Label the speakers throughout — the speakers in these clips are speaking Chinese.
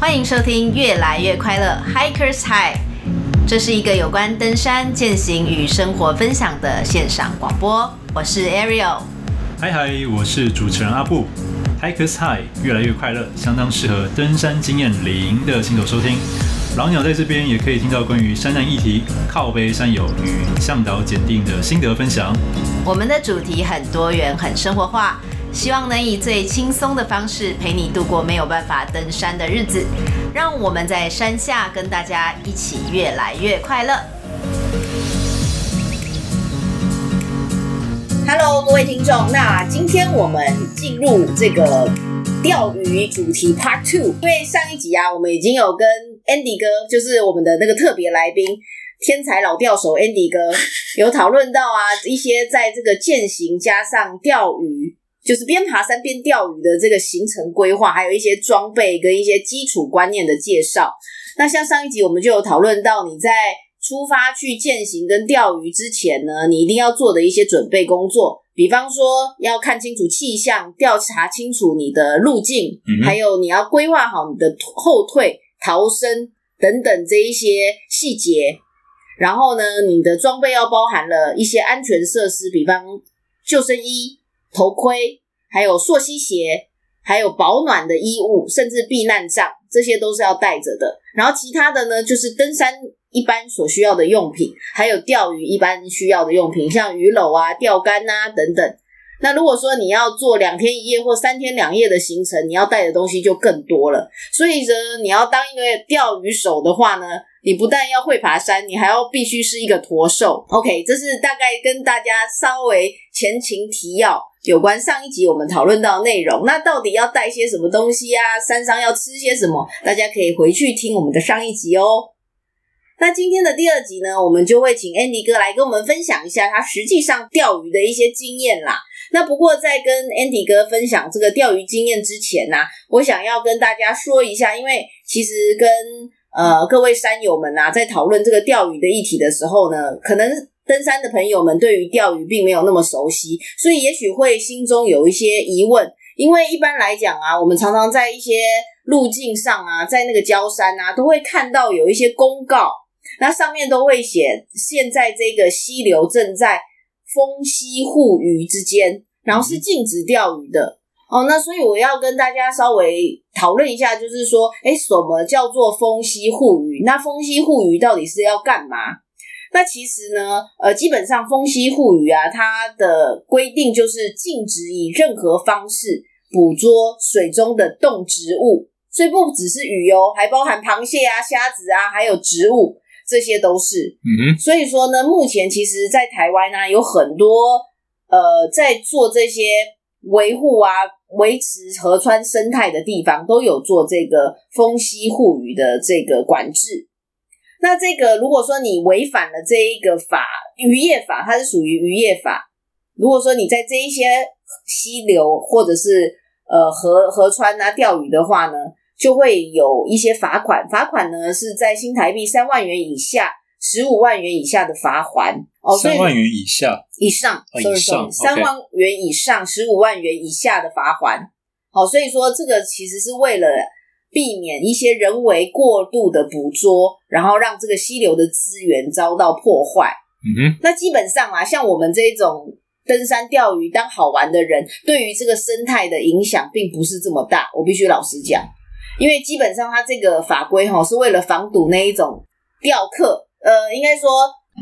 Speaker 1: 欢迎收听《越来越快乐 Hikers High》，这是一个有关登山、践行与生活分享的线上广播。我是 Ariel，
Speaker 2: 嗨嗨，我是主持人阿布。Hikers High 越来越快乐，相当适合登山经验零的新手收听。老鸟在这边也可以听到关于山难议题、靠背山友与向导检定的心得分享。
Speaker 1: 我们的主题很多元，很生活化，希望能以最轻松的方式陪你度过没有办法登山的日子。让我们在山下跟大家一起越来越快乐。
Speaker 3: Hello，各位听众，那今天我们进入这个钓鱼主题 Part Two，因为上一集啊，我们已经有跟 Andy 哥，就是我们的那个特别来宾。天才老钓手 Andy 哥有讨论到啊，一些在这个践行加上钓鱼，就是边爬山边钓鱼的这个行程规划，还有一些装备跟一些基础观念的介绍。那像上一集我们就有讨论到你在出发去践行跟钓鱼之前呢，你一定要做的一些准备工作，比方说要看清楚气象，调查清楚你的路径，
Speaker 2: 嗯哼
Speaker 3: 还有你要规划好你的后退、逃生等等这一些细节。然后呢，你的装备要包含了一些安全设施，比方救生衣、头盔，还有溯溪鞋，还有保暖的衣物，甚至避难杖，这些都是要带着的。然后其他的呢，就是登山一般所需要的用品，还有钓鱼一般需要的用品，像鱼篓啊、钓竿啊等等。那如果说你要做两天一夜或三天两夜的行程，你要带的东西就更多了。所以呢，你要当一个钓鱼手的话呢，你不但要会爬山，你还要必须是一个驼兽。OK，这是大概跟大家稍微前情提要有关上一集我们讨论到的内容。那到底要带些什么东西啊？山上要吃些什么？大家可以回去听我们的上一集哦。那今天的第二集呢，我们就会请 Andy 哥来跟我们分享一下他实际上钓鱼的一些经验啦。那不过在跟 Andy 哥分享这个钓鱼经验之前呢、我想要跟大家说一下，因为其实跟呃各位山友们啊，在讨论这个钓鱼的议题的时候呢，可能登山的朋友们对于钓鱼并没有那么熟悉，所以也许会心中有一些疑问。因为一般来讲啊，我们常常在一些路径上啊，在那个礁山啊，都会看到有一些公告，那上面都会写现在这个溪流正在峰溪护鱼之间，然后是禁止钓鱼的。哦，那所以我要跟大家稍微讨论一下，就是说，哎，什么叫做风息护鱼？那风息护鱼到底是要干嘛？那其实呢，呃，基本上风息护鱼啊，它的规定就是禁止以任何方式捕捉水中的动植物，所以不只是鱼哦，还包含螃蟹啊、虾子啊，还有植物，这些都是。
Speaker 2: 嗯
Speaker 3: 所以说呢，目前其实，在台湾呢、啊有很多呃在做这些维护啊、维持河川生态的地方，都有做这个风息护鱼的这个管制。那这个如果说你违反了这一个法，渔业法它是属于渔业法。如果说你在这一些溪流或者是呃河河川啊钓鱼的话呢，就会有一些罚款，罚款呢是在新台币三万元以下十五万元以下的罚款哦，
Speaker 2: 哼，
Speaker 3: 所以
Speaker 2: 三万元以下，
Speaker 3: 以上
Speaker 2: 哦以
Speaker 3: ，sorry
Speaker 2: 上
Speaker 3: sorry，三万元以上十五万元以下的罚款。好，所以说这个其实是为了避免一些人为过度的捕捉，然后让这个溪流的资源遭到破坏。
Speaker 2: 嗯
Speaker 3: 那基本上啊，像我们这种登山钓鱼当好玩的人，对于这个生态的影响并不是这么大。我必须老实讲，因为基本上它这个法规哈是为了防堵那一种钓客，呃，应该说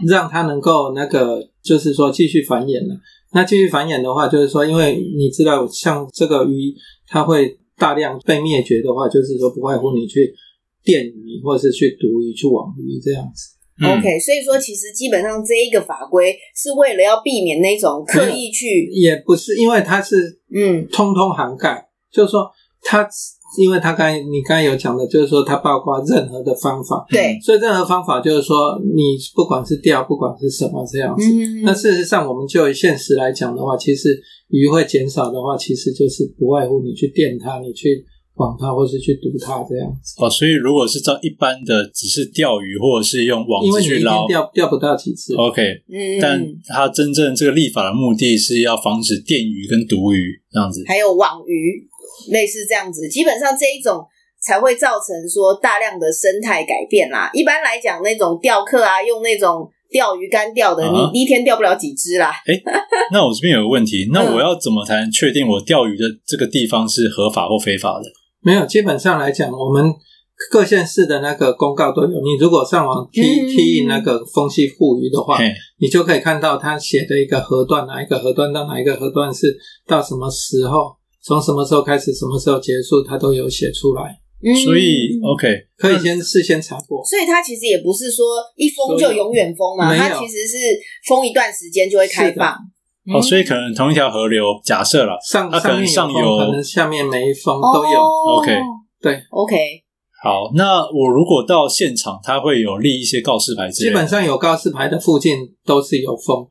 Speaker 4: 让它能够那个，就是说继续繁衍了。那继续繁衍的话，就是说，因为你知道，像这个鱼，它会大量被灭绝的话，就是说不外乎你去电鱼，或是去毒鱼、去网鱼这样子。
Speaker 2: 哼
Speaker 3: OK，所以说其实基本上这一个法规是为了要避免那种刻意去，
Speaker 4: 也不是，因为它是
Speaker 3: 嗯
Speaker 4: 通通涵盖，就是说它，因为它刚才你刚才有讲的，就是说它包括任何的方法，
Speaker 3: 对，
Speaker 4: 所以任何方法就是说，你不管是钓，不管是什么这样子，
Speaker 3: 嗯
Speaker 4: 那事实上，我们就现实来讲的话，其实鱼会减少的话，其实就是不外乎你去电它，你去网它，或是去毒它这样子。
Speaker 2: 哦，所以如果是照一般的，只是钓鱼或者是用网
Speaker 4: 因为
Speaker 2: 子
Speaker 4: 你一
Speaker 2: 去
Speaker 4: 天
Speaker 2: 捞哦
Speaker 4: 钓钓不到几次，
Speaker 2: ，OK，
Speaker 3: 嗯，
Speaker 2: 但它真正这个立法的目的是要防止电鱼跟毒鱼这样子。
Speaker 3: 还有网鱼，类似这样子。基本上这一种才会造成说大量的生态改变啦。一般来讲，那种钓客啊，用那种钓鱼竿钓的，
Speaker 2: 啊
Speaker 3: 你一天钓不了几只啦。
Speaker 2: 那我这边有个问题，那我要怎么才能确定我钓鱼的这个地方是合法或非法的？
Speaker 4: 没有，基本上来讲，我们各县市的那个公告都有。你如果上网 T
Speaker 3: 嗯
Speaker 4: T 那个风溪护鱼的话，
Speaker 2: 嘿，
Speaker 4: 你就可以看到他写的一个河段，哪一个河段到哪一个河段是到什么时候，从什么时候开始，什么时候结束，他都有写出来，
Speaker 3: 嗯
Speaker 2: 所以哦 OK，
Speaker 4: 可以先事先查过。
Speaker 3: 所以它其实也不是说一封就永远封嘛，
Speaker 4: 没有
Speaker 3: 它其实是封一段时间就会开放。嗯
Speaker 2: 哦，所以可能同一条河流，假设了，
Speaker 4: 上
Speaker 2: 它可
Speaker 4: 上
Speaker 2: 能上
Speaker 4: 面有
Speaker 2: 游
Speaker 4: 风，可能下面没风
Speaker 3: 哦
Speaker 4: 都有。
Speaker 2: OK
Speaker 4: 对
Speaker 3: OK，
Speaker 2: 好，那我如果到现场，它会有立一些告示牌之
Speaker 4: 基
Speaker 2: 类的。
Speaker 4: 本上有告示牌的附近都是有风，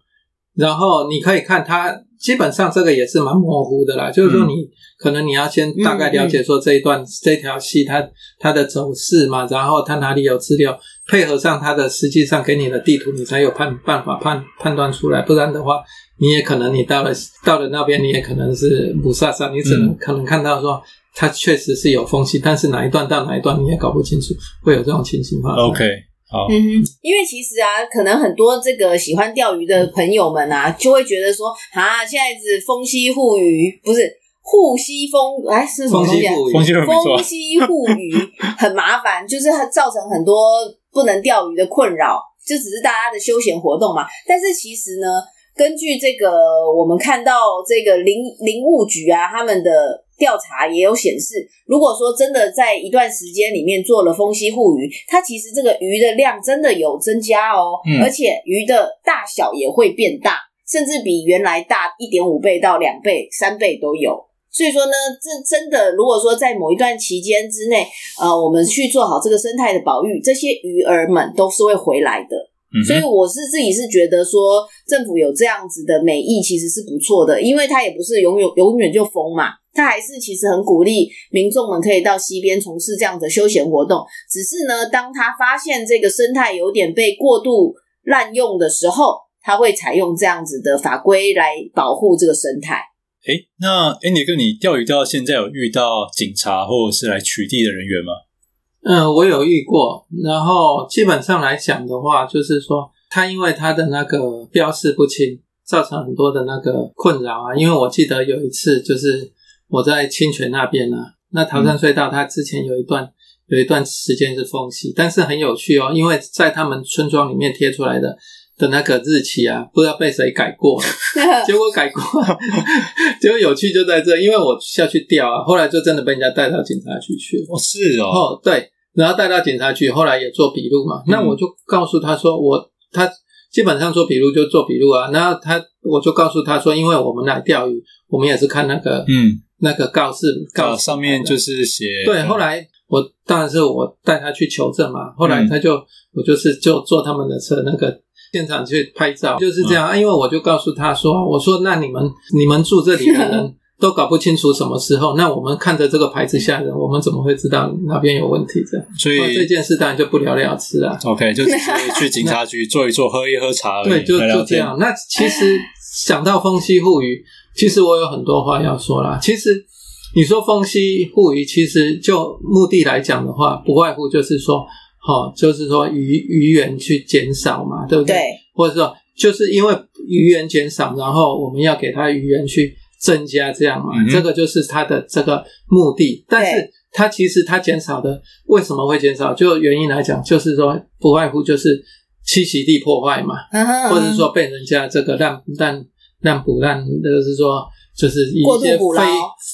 Speaker 4: 然后你可以看它，基本上这个也是蛮模糊的啦，就是说你、可能你要先大概了解说这一段、这条溪它它的走势嘛，然后它哪里有支流，配合上它的实际上给你的地图，你才有判办法判判断出来，不然的话。你也可能，你到了到了那边，你也可能是不飒飒，你只能
Speaker 2: 嗯
Speaker 4: 可能看到说它确实是有缝隙，但是哪一段到哪一段你也搞不清楚，会有这种情形发生。
Speaker 2: OK，好，
Speaker 3: 嗯哼，因为其实啊，可能很多这个喜欢钓鱼的朋友们啊，就会觉得说啊，现在是风溪护鱼，不是护溪风，哎，是什么
Speaker 4: 风
Speaker 3: 东
Speaker 4: 息
Speaker 3: 西、啊？
Speaker 4: 不
Speaker 2: 风信会没错
Speaker 3: 风。溪护鱼很麻烦，就是很造成很多不能钓鱼的困扰，就只是大家的休闲活动嘛。但是其实呢，根据这个我们看到这个林林务局啊，他们的调查也有显示，如果说真的在一段时间里面做了风溪护鱼，它其实这个鱼的量真的有增加哦，
Speaker 2: 嗯
Speaker 3: 而且鱼的大小也会变大，甚至比原来大一点五倍到两倍、三倍都有。所以说呢，这真的，如果说在某一段期间之内，呃，我们去做好这个生态的保育，这些鱼儿们都是会回来的。
Speaker 2: 嗯
Speaker 3: 所以
Speaker 2: 哼，
Speaker 3: 我是自己是觉得说，政府有这样子的美意其实是不错的，因为它也不是永远永远就封嘛，它还是其实很鼓励民众们可以到溪边从事这样的休闲活动。只是呢，当他发现这个生态有点被过度滥用的时候，他会采用这样子的法规来保护这个生 态。
Speaker 2: 诶，那 Andy 哥，你钓鱼钓到现在有遇到警察或者是来取缔的人员吗？
Speaker 4: 嗯，我有遇过，然后基本上来讲的话，就是说它因为它的那个标示不清，造成很多的那个困扰啊。因为我记得有一次，就是我在清泉那边啊，那桃山隧道它之前有一段、有一段时间是封息，但是很有趣哦，因为在他们村庄里面贴出来的的那个日期啊，不知道被谁改过了。 结果改过， 结果有趣就在这，因为我下去钓啊，后来就真的被人家带到警察局去了。
Speaker 2: 哦，是哦，嗯
Speaker 4: 哦，对，然后带到警察局，后来也做笔录嘛。那我就告诉他说，我他基本上做笔录就做笔录啊。然后他我就告诉他说，因为我们来钓鱼，我们也是看那个、
Speaker 2: 嗯，
Speaker 4: 那个告示告
Speaker 2: 到
Speaker 4: 示
Speaker 2: 上面
Speaker 4: 牌的
Speaker 2: 就是写
Speaker 4: 对。后来我当然是我带他去求证嘛。后来
Speaker 2: 嗯
Speaker 4: 他就、我就是就坐他们的车那个。现场去拍照就是这样、啊因为我就告诉他说：“我说那你们你们住这里的人都搞不清楚什么时候，那我们看着这个牌子吓人，我们怎么会知道哪边有问题？”这样。
Speaker 2: 所
Speaker 4: 那这
Speaker 2: 以
Speaker 4: 件事当然哦就不了了之啊。
Speaker 2: OK 就直接去警察局坐一坐，喝一喝茶而已，
Speaker 4: 对，就
Speaker 2: 聊聊
Speaker 4: 就这
Speaker 2: 天。
Speaker 4: 样。那其 实讲到风息护鱼，其实我有很多话要说啦。其实你说风息护鱼，其实就目的来讲的话，不外乎就是说，哦，就是说鱼鱼源去减少嘛，对不
Speaker 3: 对，
Speaker 4: 或者说就是因为鱼源减少，然后我们要给它鱼源去增加，这样嘛，
Speaker 2: 嗯哼
Speaker 4: 这个就是它的这个目的。但
Speaker 3: 对
Speaker 4: 是它其实它减少的为什么会减少？就原因来讲，就是说不外乎就是栖息地破坏嘛， 或
Speaker 3: 或
Speaker 4: 者说被人家这个滥滥滥捕滥，就是说就是以
Speaker 3: 过
Speaker 4: 一
Speaker 3: 度
Speaker 4: 些
Speaker 3: 捕捞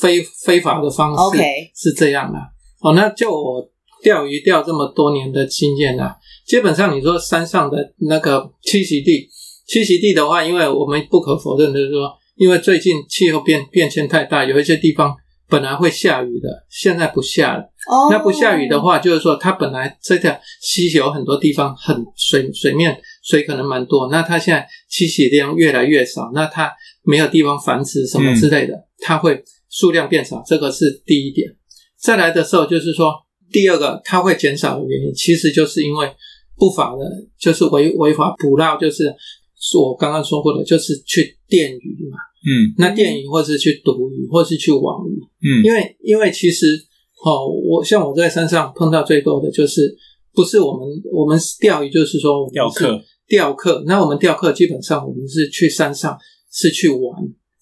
Speaker 4: 非非非法的方式
Speaker 3: OK
Speaker 4: 是这样的、哦，那就我钓鱼钓这么多年的经验啦、基本上你说山上的那个栖息地，栖息地的话，因为我们不可否认的是说，因为最近气候变变迁太大，有一些地方本来会下雨的，现在不下了。
Speaker 3: 哦
Speaker 4: 那不下雨的话，就是说它本来这条溪有很多地方很水水面水可能蛮多，那它现在栖息量越来越少，那它没有地方繁殖什么之类的，它会数量变少，这个是第一点。再来的时候就是说，第二个它会减少的原因，其实就是因为不法的，就是违违法捕捞，就是是我刚刚说过的，就是去电鱼嘛，
Speaker 2: 嗯
Speaker 4: 那电鱼或是去毒鱼，或是去网鱼，
Speaker 2: 嗯
Speaker 4: 因为因为其实哦，我像我在山上碰到最多的就是，不是我们我们钓鱼，就是说我们
Speaker 2: 钓
Speaker 4: 是
Speaker 2: 客
Speaker 4: 钓客。那我们钓客基本上我们是去山上是去玩，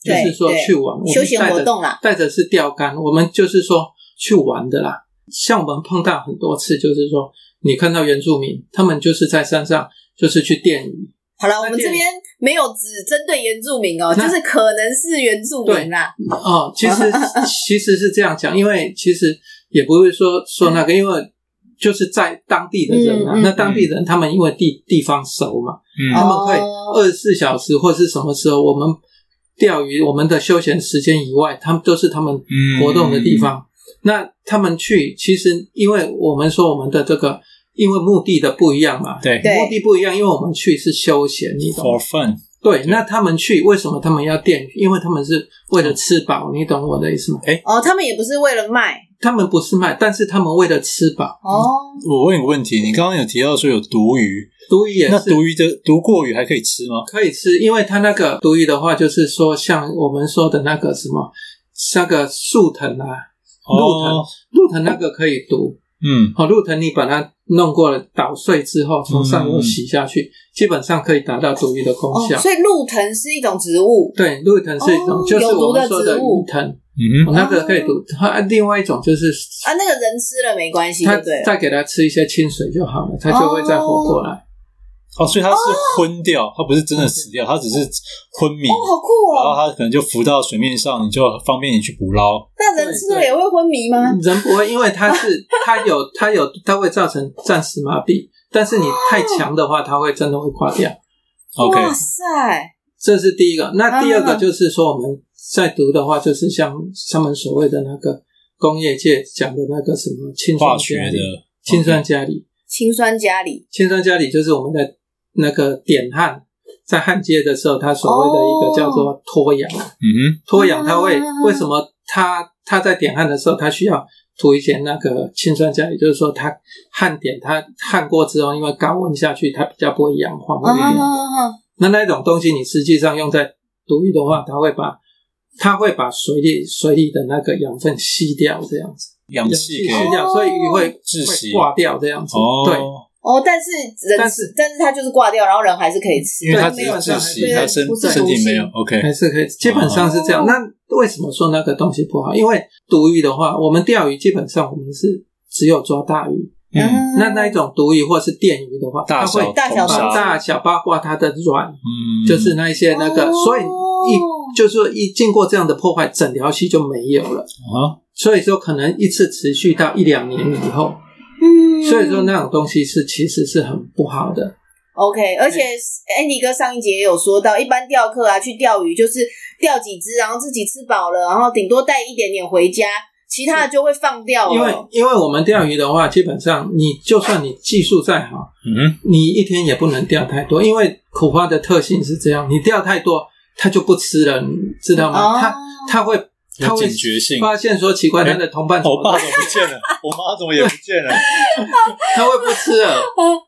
Speaker 4: 就
Speaker 3: 对
Speaker 4: 是说去玩，我们
Speaker 3: 休闲
Speaker 4: 带着
Speaker 3: 活动啦，
Speaker 4: 带着是钓竿，我们就是说去玩的啦。像我们碰到很多次，就是说你看到原住民，他们就是在山上就是去电鱼，
Speaker 3: 好了，我们
Speaker 4: 那
Speaker 3: 这
Speaker 4: 店
Speaker 3: 边没有只针对原住民哦，就
Speaker 4: 那
Speaker 3: 是可能是原住民啦。
Speaker 4: 哦，其 实其实是这样讲，因为其实也不会说说那个，因为就是在当地的人啊，
Speaker 3: 嗯嗯
Speaker 4: 那当地人他们因为地地方熟嘛，
Speaker 2: 嗯
Speaker 4: 他
Speaker 3: 哦
Speaker 4: 们会二十四小时或是什么时候，我们钓鱼，我们的休闲时间以外，他们都是他们
Speaker 2: 嗯
Speaker 4: 活动的地方。那他们去，其实因为我们说我们的这个，因为目的的不一样嘛，
Speaker 2: 对
Speaker 3: 对
Speaker 4: 目的不一样，因为我们去是休闲，你懂吗
Speaker 2: ，for fun，
Speaker 4: 对，那他们去为什么他们要电？因为他们是为了吃饱，你懂我的意思吗？
Speaker 3: 哦，他们也不是为了卖
Speaker 4: 他们不是卖，但是他们为了吃饱。
Speaker 3: 哦，
Speaker 2: 我问一个问题，你刚刚有提到说有毒鱼，
Speaker 4: 毒鱼也
Speaker 2: 那
Speaker 4: 是
Speaker 2: 毒鱼的毒过鱼还可以吃吗？
Speaker 4: 可以吃，因为它那个毒鱼的话，就是说像我们说的那个什么，那个树藤啊，鹿藤
Speaker 2: 哦，
Speaker 4: 鹿藤那个可以毒。
Speaker 2: 嗯，
Speaker 4: 哦，鹿藤你把它弄过了捣碎之后，从上游洗下去，基本上可以达到毒鱼的功
Speaker 3: 哦
Speaker 4: 效。
Speaker 3: 所以鹿藤是一种植物，
Speaker 4: 对，鹿藤是一种，
Speaker 3: 哦
Speaker 4: 就是
Speaker 3: 有毒
Speaker 4: 我
Speaker 3: 的
Speaker 4: 们说的
Speaker 3: 植物
Speaker 4: 鱼藤，
Speaker 2: 嗯哼，
Speaker 4: 哦那个可以毒。它另外一种就是
Speaker 3: 啊，那个人吃了没关系，对
Speaker 4: 他
Speaker 3: 不对啊了？
Speaker 4: 再给它吃一些清水就好了，它就会再活过来。
Speaker 2: 哦，所以它是昏掉，它不是真的死
Speaker 4: 哦
Speaker 2: 掉，它只是昏迷，
Speaker 3: 哦，好酷
Speaker 2: 然后
Speaker 3: 哦！
Speaker 2: 它可能就浮到水面上，你就方便你去捕捞。
Speaker 3: 那人吃了也会昏迷吗？
Speaker 4: 人不会，因为 它是它有它有它会造成暂时麻痹，但是你太强的话，它会真的会垮掉。
Speaker 2: OK，
Speaker 3: 哇塞，
Speaker 4: 这是第一个。那第二
Speaker 3: 啊
Speaker 4: 个就是说，我们在读的话，就是像他们所谓的那个工业界讲的那个什么氰
Speaker 2: 化
Speaker 4: 酸
Speaker 2: 学
Speaker 4: 镓
Speaker 2: 的
Speaker 4: 锂，氰酸镓锂，
Speaker 3: 氰酸镓里
Speaker 4: 氰酸镓锂就是我们的那个碘焊。在焊接的时候，它所谓的一
Speaker 3: 哦
Speaker 4: 个叫做脱氧，
Speaker 2: 嗯
Speaker 4: 脱氧它会
Speaker 3: 啊
Speaker 4: 为什么它它在点焊的时候，它需要涂一些那个氰酸镓，也就是说它焊点它焊过之后，因为高温下去，它比较不会氧化。
Speaker 3: 啊
Speaker 4: 会
Speaker 3: 啊
Speaker 4: 氧化
Speaker 3: 啊！啊
Speaker 4: 那那一种东西，你实际上用在毒液的话，它会把它会把水里水里的那个养分吸掉，这样子，
Speaker 2: 哼，氧
Speaker 4: 氧
Speaker 2: 气给
Speaker 4: 气吸掉，所以鱼会
Speaker 2: 窒息
Speaker 4: 会挂掉这样子。
Speaker 2: 哦，
Speaker 4: 对，
Speaker 3: 哦，但是人，
Speaker 4: 但是
Speaker 3: 但是他就是挂掉，然后人还是可以吃，
Speaker 2: 因为它
Speaker 4: 对
Speaker 2: 只是
Speaker 4: 没有
Speaker 2: 窒
Speaker 4: 伤害
Speaker 2: 息，
Speaker 3: 对
Speaker 2: 它身
Speaker 3: 不是
Speaker 2: 身
Speaker 3: 毒
Speaker 2: 体
Speaker 3: 性啊
Speaker 2: 没有 OK，
Speaker 4: 还是可以，基本上是这样。
Speaker 3: 哦
Speaker 4: 那为什么说那个东西不好？因为毒鱼的话，我们钓鱼基本上我们是只有抓大鱼，
Speaker 2: 嗯，
Speaker 4: 那那一
Speaker 3: 哦
Speaker 4: 种毒鱼或是电鱼的话，
Speaker 2: 大
Speaker 4: 它
Speaker 2: 小
Speaker 4: 会
Speaker 3: 大小
Speaker 2: 同
Speaker 3: 同
Speaker 2: 杀
Speaker 3: 杀
Speaker 4: 大小包括它的卵，
Speaker 2: 嗯，
Speaker 4: 就是那一些那个，
Speaker 3: 哦
Speaker 4: 所以一就是说一经过这样的破坏，整条溪就没有了。
Speaker 2: 啊，
Speaker 4: 所以说可能一次持续到一两年以后，
Speaker 3: 嗯
Speaker 4: 所以说那种东西是其实是很不好的。
Speaker 3: OK，而且安迪哥上一节也有说到，一般钓客啊去钓鱼就是钓几只，然后自己吃饱了，然后顶多带一点点回家，其他的就会放掉了。哦
Speaker 4: 因为因为我们钓鱼的话，基本上你就算你技术再好，
Speaker 2: 嗯，
Speaker 4: 你一天也不能钓太多，因为苦花的特性是这样，你钓太多它就不吃了，你知道吗？
Speaker 3: 哦
Speaker 4: 它它会
Speaker 2: 有
Speaker 4: 它会
Speaker 2: 警觉性
Speaker 4: 发现说奇怪，
Speaker 2: 哎
Speaker 4: 它的同 伴怎
Speaker 2: 我
Speaker 4: 么
Speaker 2: 爸
Speaker 4: 办
Speaker 2: 怎么不见了？我妈怎么也不见了？
Speaker 4: 它会不吃了，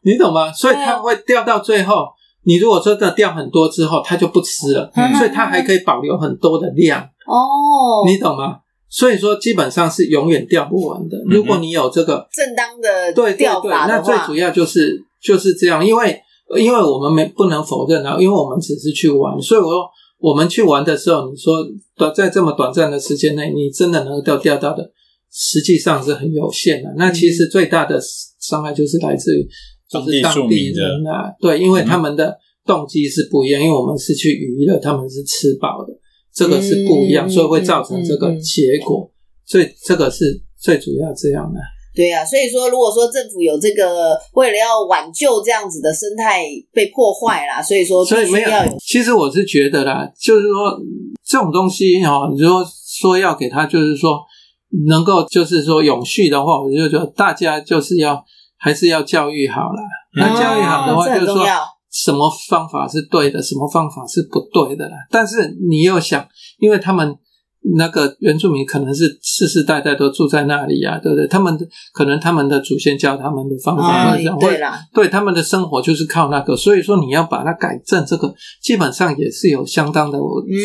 Speaker 4: 你懂吗？所以它会钓到最后。你如果真的钓很多之后，它就不吃了，
Speaker 2: 嗯
Speaker 4: 所以它还可以保留很多的量。
Speaker 3: 哦，
Speaker 4: 你懂吗？所以说，基本上是永远钓不完
Speaker 2: 嗯
Speaker 4: 的。如果你有这个，
Speaker 3: 正当的
Speaker 4: 对对
Speaker 3: 钓
Speaker 4: 对，
Speaker 3: 法
Speaker 4: 那
Speaker 3: 的
Speaker 4: 最
Speaker 3: 话，
Speaker 4: 主要就是就是这样，因为因为我们没不能否认啊，因为我们只是去玩，所以我说我们去玩的时候，你说短在这么短暂的时间内，你真的能够钓到的，实际上是很有限
Speaker 3: 嗯
Speaker 4: 的、那其实最大的伤害就是来自于就
Speaker 2: 当
Speaker 4: 是
Speaker 2: 地
Speaker 4: 当
Speaker 2: 住
Speaker 4: 地
Speaker 2: 民的
Speaker 4: 人啊，对，因为
Speaker 2: 嗯
Speaker 4: 他们的动机是不一样，因为我们是去娱乐，他们是吃饱的。这个是不一样，
Speaker 3: 嗯
Speaker 4: 所以会造成这个结果，所以这个是最主要这样的。
Speaker 3: 对啊，所以说如果说政府有这个为了要挽救这样子的生态被破坏啦，所以说必
Speaker 4: 所以
Speaker 3: 须
Speaker 4: 没有
Speaker 3: 哦要有，
Speaker 4: 其实我是觉得啦，就是说这种东西哦，你说说要给他，就是说能够就是说永续的话，我就觉得大家就是要还是要教育好啦。 那
Speaker 2: 嗯
Speaker 4: 教育好的
Speaker 3: 哦
Speaker 4: 话，
Speaker 3: 这
Speaker 4: 就
Speaker 3: 很
Speaker 4: 是
Speaker 3: 重
Speaker 4: 说
Speaker 3: 要
Speaker 4: 什么方法是对的，什么方法是不对的啦。但是你又想，因为他们那个原住民可能是世世代代都住在那里啊，对不对？他们的可能他们的祖先教他们的方法，
Speaker 3: 啊
Speaker 4: 或者或
Speaker 3: 对啦，
Speaker 4: 对他们的生活就是靠那个，所以说你要把它改正，这个基本上也是有相当的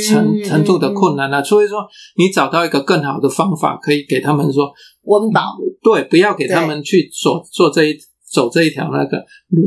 Speaker 4: 程
Speaker 3: 嗯
Speaker 4: 程度的困难了、所以说，你找到一个更好的方法，可以给他们说，
Speaker 3: 温饱
Speaker 4: 对，不要给他们去走做这一走这一条那个路。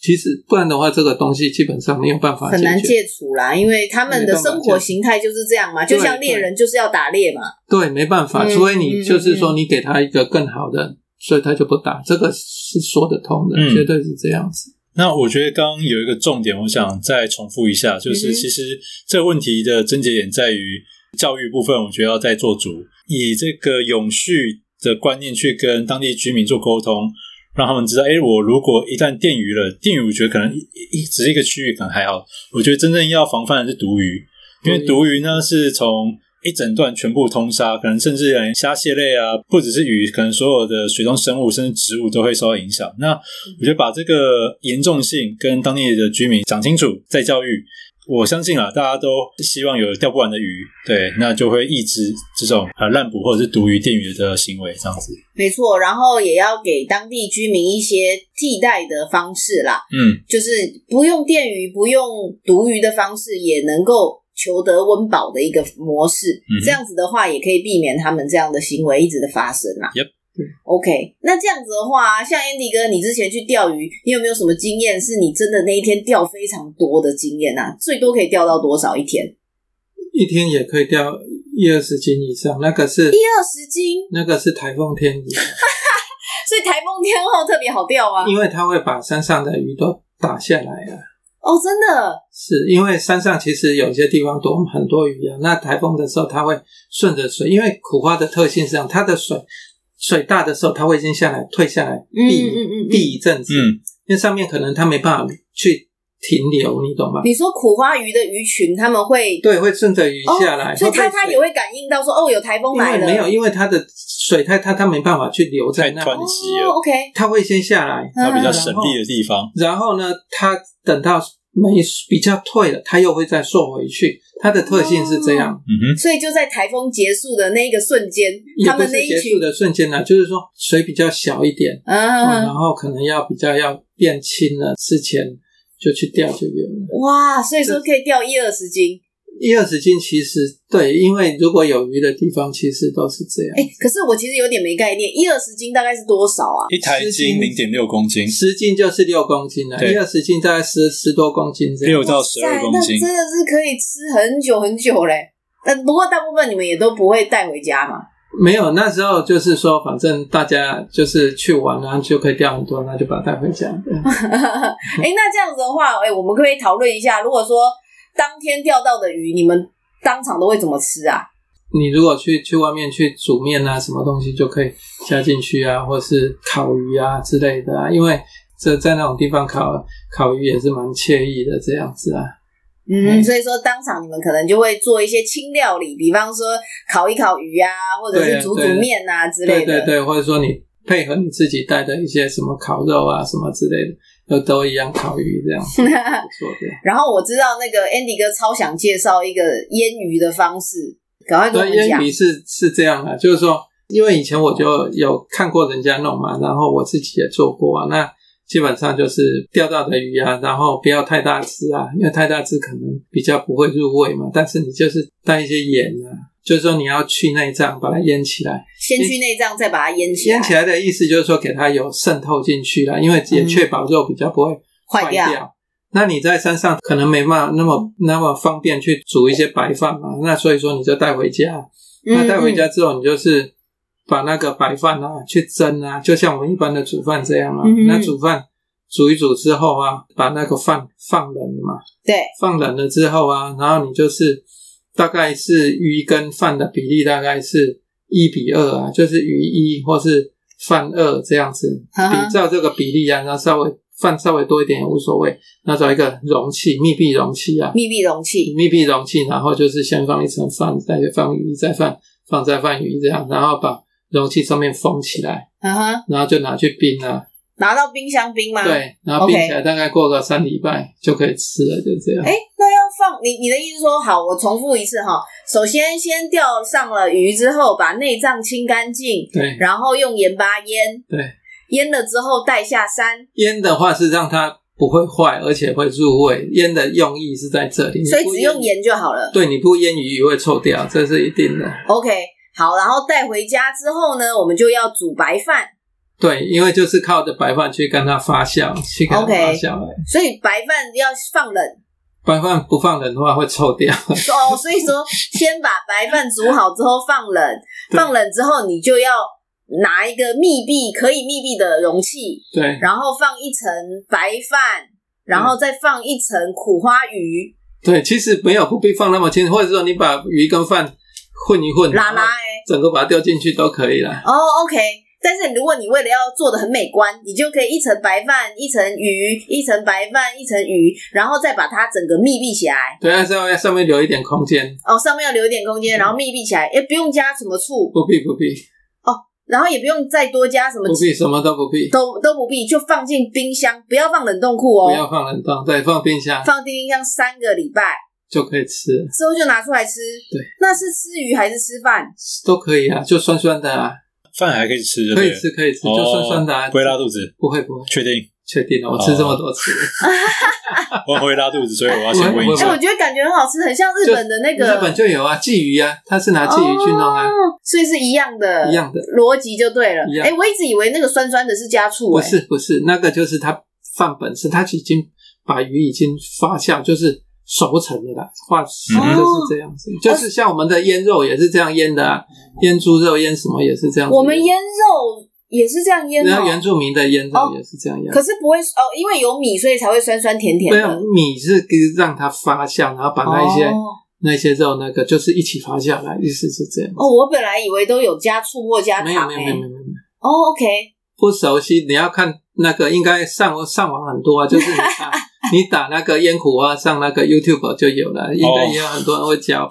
Speaker 4: 其实不然的话，这个东西基本上没有办法
Speaker 3: 很难
Speaker 4: 解决。
Speaker 3: 戒除啦，因为他们的生活形态就是这样嘛，
Speaker 4: 对
Speaker 3: 就像猎人就是要打猎嘛，
Speaker 4: 对，没办法，
Speaker 3: 嗯
Speaker 4: 除非你
Speaker 3: 嗯
Speaker 4: 就是说
Speaker 3: 嗯
Speaker 4: 你给他一个更好的，所以他就不打，这个是说得通的，
Speaker 2: 嗯
Speaker 4: 绝对是这样子。
Speaker 2: 那我觉得刚刚有一个重点，我想再重复一下，就
Speaker 3: 嗯
Speaker 2: 是
Speaker 3: 哼
Speaker 2: 其实这个问题的症结点在于教育部分，我觉得要再做足，以这个永续的观念去跟当地居民做沟通，让他们知道，哎，我如果一旦电鱼了，电鱼我觉得可能一一只是一个区域可能还好，我觉得真正要防范的是毒鱼，因为毒鱼呢是从一整段全部通杀，可能甚至连虾蟹类啊，不只是鱼，可能所有的水中生物甚至植物都会受到影响。那我觉得把这个严重性跟当地的居民讲清楚，再教育。我相信啊，大家都希望有钓不完的鱼，对，那就会抑制这种呃滥捕或者是毒鱼、电鱼的行为，这样子。
Speaker 3: 没错。然后也要给当地居民一些替代的方式啦，
Speaker 2: 嗯，
Speaker 3: 就是不用电鱼、不用毒鱼的方式，也能够求得温饱的一个模式。
Speaker 2: 哼
Speaker 3: 这样子的话，也可以避免他们这样的行为一直的发生啦。嗯
Speaker 2: Yep
Speaker 3: OK，那这样子的话，像 Andy 哥，你之前去钓鱼，你有没有什么经验？是你真的那一天钓非常多的经验啊？最多可以钓到多少一天？
Speaker 4: 一天也可以钓一二十斤以上，那个是
Speaker 3: 一二十斤，
Speaker 4: 那个是台风天鱼，
Speaker 3: 所以台风天后特别好钓吗？
Speaker 4: 因为它会把山上的鱼都打下来啊。
Speaker 3: 哦，真的，
Speaker 4: 是因为山上其实有些地方多很多鱼啊，那台风的时候它会顺着水，因为苦瓜的特性是这样，它的水水大的时候它会先下来退下来
Speaker 3: 嗯
Speaker 4: 避
Speaker 3: 嗯嗯嗯。
Speaker 4: 避一阵子，
Speaker 2: 嗯
Speaker 4: 因为上面可能它没办法去停留，你懂吗？
Speaker 3: 你说苦花鱼的鱼群，他们会
Speaker 4: 对，会顺着鱼下来，
Speaker 3: 哦所以它
Speaker 4: 会被
Speaker 3: 它
Speaker 4: 水
Speaker 3: 也会感应到说，哦，有台风
Speaker 4: 因
Speaker 3: 来
Speaker 4: 为
Speaker 3: 了，
Speaker 4: 没有，因为它的水太它它没办法去留在
Speaker 2: 太
Speaker 4: 那，
Speaker 2: 湍急
Speaker 3: 哦嗯
Speaker 2: 了，
Speaker 3: ，OK，
Speaker 4: 它会先下来，
Speaker 2: 它比较省
Speaker 4: 深
Speaker 2: 力的地方。
Speaker 4: 然后呢，它等到没比较退了，它又会再缩回去。它的特性是这
Speaker 3: 哦
Speaker 4: 样，
Speaker 2: 嗯哼，
Speaker 3: 所以就在台风结束的那一个瞬间，
Speaker 4: 也
Speaker 3: 他
Speaker 4: 不
Speaker 3: 们
Speaker 4: 是
Speaker 3: 那一
Speaker 4: 结束
Speaker 3: 群，
Speaker 4: 的瞬间呢、就是说水比较小一点，嗯
Speaker 3: 嗯
Speaker 4: 然，后可能要比较要变轻了之前就去钓就有了。
Speaker 3: 哇，所以说可以钓一二十斤。
Speaker 4: 一二十斤其实对，因为如果有鱼的地方，其实都是这样。
Speaker 3: 哎、可是我其实有点没概念，一二十斤大概是多少啊？
Speaker 2: 一台斤零点六公斤，
Speaker 4: 十斤就是六公斤了，
Speaker 2: 对
Speaker 4: 一二十斤大概十十多公斤这样。
Speaker 2: 六到十二公斤
Speaker 3: 哇塞那。真的是可以吃很久很久嘞。那不过大部分你们也都不会带回家嘛。
Speaker 4: 没有，那时候就是说，反正大家就是去玩，然后就可以钓很多，那就把它带回家。对
Speaker 3: 哎、那这样子的话，哎、我们可不可以讨论一下，如果说当天钓到的鱼，你们当场都会怎么吃啊？
Speaker 4: 你如果去去外面去煮面啊，什么东西就可以加进去啊，或是烤鱼啊之类的啊，因为这在那种地方烤烤鱼也是蛮惬意的这样子啊。
Speaker 3: 嗯，
Speaker 4: 嗯
Speaker 3: 所以说当场你们可能就会做一些轻料理，比方说烤一烤鱼啊，或者
Speaker 4: 对
Speaker 3: 是
Speaker 4: 啊
Speaker 3: 煮煮
Speaker 4: 对啊
Speaker 3: 面啊之类
Speaker 4: 对
Speaker 3: 的。
Speaker 4: 对对，或者说你配合你自己带的一些什么烤肉啊什么之类的，都都一样烤鱼这样子，不错的。
Speaker 3: 然后我知道那个 Andy 哥超想介绍一个腌鱼的方式，赶快跟我
Speaker 4: 对，
Speaker 3: 们
Speaker 4: 烟
Speaker 3: 讲。
Speaker 4: 笔是是这样的，就是说，因为以前我就有看过人家弄嘛，然后我自己也做过啊。那基本上就是钓到的鱼啊，然后不要太大只啊，因为太大只可能比较不会入味嘛。但是你就是带一些盐啊，就是说你要去内脏，把它腌起来。
Speaker 3: 先去内脏，再把它腌起来，
Speaker 4: 腌起来的意思就是说给它有渗透进去啦，因为也
Speaker 3: 嗯
Speaker 4: 确保肉比较不会
Speaker 3: 坏掉。
Speaker 4: 那你在山上可能没办法那么那么方便去煮一些白饭嘛，那所以说你就带回家，
Speaker 3: 嗯
Speaker 4: 那带回家之后，你就是把那个白饭啊去蒸啊，就像我们一般的煮饭这样啊。
Speaker 3: 嗯
Speaker 4: 那煮饭煮一煮之后啊，把那个饭放冷了嘛，
Speaker 3: 对，
Speaker 4: 放冷了之后啊，然后你就是大概是鱼跟饭的比例大概是一比二啊，就是鱼一或是饭二这样子，
Speaker 3: 呵呵
Speaker 4: 比照这个比例啊，然后稍微饭稍微多一点也无所谓，那找一个容器密闭容器啊，
Speaker 3: 密闭容器。
Speaker 4: 密闭容器，然后就是先放一层饭，再放鱼，再放放再放鱼这样，然后把容器上面封起来，
Speaker 3: 嗯哼，
Speaker 4: 然后就拿去冰了。
Speaker 3: 拿到冰箱冰吗？。
Speaker 4: 对，然后冰
Speaker 3: 啊 OK
Speaker 4: 起来大概过个三礼拜就可以吃了，就这样。
Speaker 3: 哎，那要放你你的意思说好，我重复一次哈。首先先钓上了鱼之后，把内脏清干净，
Speaker 4: 对
Speaker 3: 然后用盐巴腌，
Speaker 4: 对，
Speaker 3: 腌了之后带下山。
Speaker 4: 腌的话是让它不会坏，而且会入味。腌的用意是在这里，
Speaker 3: 所以
Speaker 4: 你不
Speaker 3: 只用。盐就好了。
Speaker 4: 对，你不腌鱼鱼会臭掉，这是一定的。
Speaker 3: OK，好，然后带回家之后呢，我们就要煮白饭。
Speaker 4: 对，因为就是靠着白饭去跟它发酵，去跟它
Speaker 3: OK
Speaker 4: 发酵。
Speaker 3: 所以白饭要放 冷
Speaker 4: 白饭不放冷的话会臭掉。
Speaker 3: 哦，所以说先把白饭煮好之后放冷，
Speaker 4: 对
Speaker 3: 放冷之后你就要拿一个密闭可以密闭的容器，
Speaker 4: 对
Speaker 3: 然后放一层白饭，然后再放一层苦花鱼，
Speaker 4: 对，其实没有不必放那么清，或者说你把鱼跟饭混一混，
Speaker 3: 拉拉
Speaker 4: 然后
Speaker 3: 哎、
Speaker 4: 整个把它丢进去都可以了。
Speaker 3: 哦，OK。但是如果你为了要做的很美观，你就可以一层白饭、一层鱼、一层白饭、一层鱼，然后再把它整个密闭起来。
Speaker 4: 对，啊但是要上面留一点空间，
Speaker 3: 哦，上面要留一点空
Speaker 4: 嗯
Speaker 3: 间，然后密闭起来，也不用加什么醋，
Speaker 4: 不必不必
Speaker 3: 然后也不用再多加什么
Speaker 4: 不必，什么都不必，
Speaker 3: 都都不必，就放进冰箱，不要放冷冻库
Speaker 4: 不要
Speaker 3: 哦，
Speaker 4: 放冷冻，对，放冰箱
Speaker 3: 放冰箱三个礼拜
Speaker 4: 就可以吃了，
Speaker 3: 之后就拿出来吃。
Speaker 4: 对，
Speaker 3: 那是吃鱼还是吃饭？
Speaker 4: 都可以啊，就酸酸的啊，
Speaker 2: 饭还可以吃就
Speaker 4: 可
Speaker 2: 对
Speaker 4: 以
Speaker 2: 了，
Speaker 4: 吃可以吃，
Speaker 2: 哦
Speaker 4: 就酸酸的啊，
Speaker 2: 不会拉肚子，
Speaker 4: 不会不会，
Speaker 2: 确定？
Speaker 4: 确定的，我吃这么多次，
Speaker 3: 哦
Speaker 2: 我会拉肚子，所以我要先问一
Speaker 3: 哎、
Speaker 4: 不会
Speaker 2: 下
Speaker 3: 我。觉得感觉很好吃，很像日本的那个
Speaker 4: 日本就有啊，鲫鱼啊，它是拿鲫鱼去弄啊，
Speaker 3: 哦，所以是一样的，
Speaker 4: 一样的
Speaker 3: 逻辑就对了
Speaker 4: 一。样
Speaker 3: 哎、我一直以为那个酸酸的是加醋、
Speaker 4: 不
Speaker 3: 哎，
Speaker 4: 是不是，那个就是它饭本身，它已经把鱼已经发酵，就是熟成的啦，化熟
Speaker 2: 嗯
Speaker 4: 就是这样子，就是像我们的腌肉也是这样腌的啊，腌猪肉腌什么也是这样子，
Speaker 3: 我们腌肉也是这样腌
Speaker 4: 然
Speaker 3: 的、
Speaker 4: 后原住民的腌
Speaker 3: 哦
Speaker 4: 肉也是这样腌。啊
Speaker 3: 可是不会哦，因为有米，所以才会酸酸甜甜
Speaker 4: 没
Speaker 3: 的。
Speaker 4: 有米是给让它发酵，然后啊把那一些、
Speaker 3: 哦
Speaker 4: 那些肉那个就是一起发酵来，意思是这样。
Speaker 3: 哦，我本来以为都有加醋或加
Speaker 4: 没有
Speaker 3: 糖、
Speaker 4: 没
Speaker 3: 欸，
Speaker 4: 有没有没有没有，
Speaker 3: 哦，OK，
Speaker 4: 不熟悉你要看那个应该上上网很多啊，就是你 打你打那个烟苦啊，上那个 YouTube 就有了，应该也有很多人会教。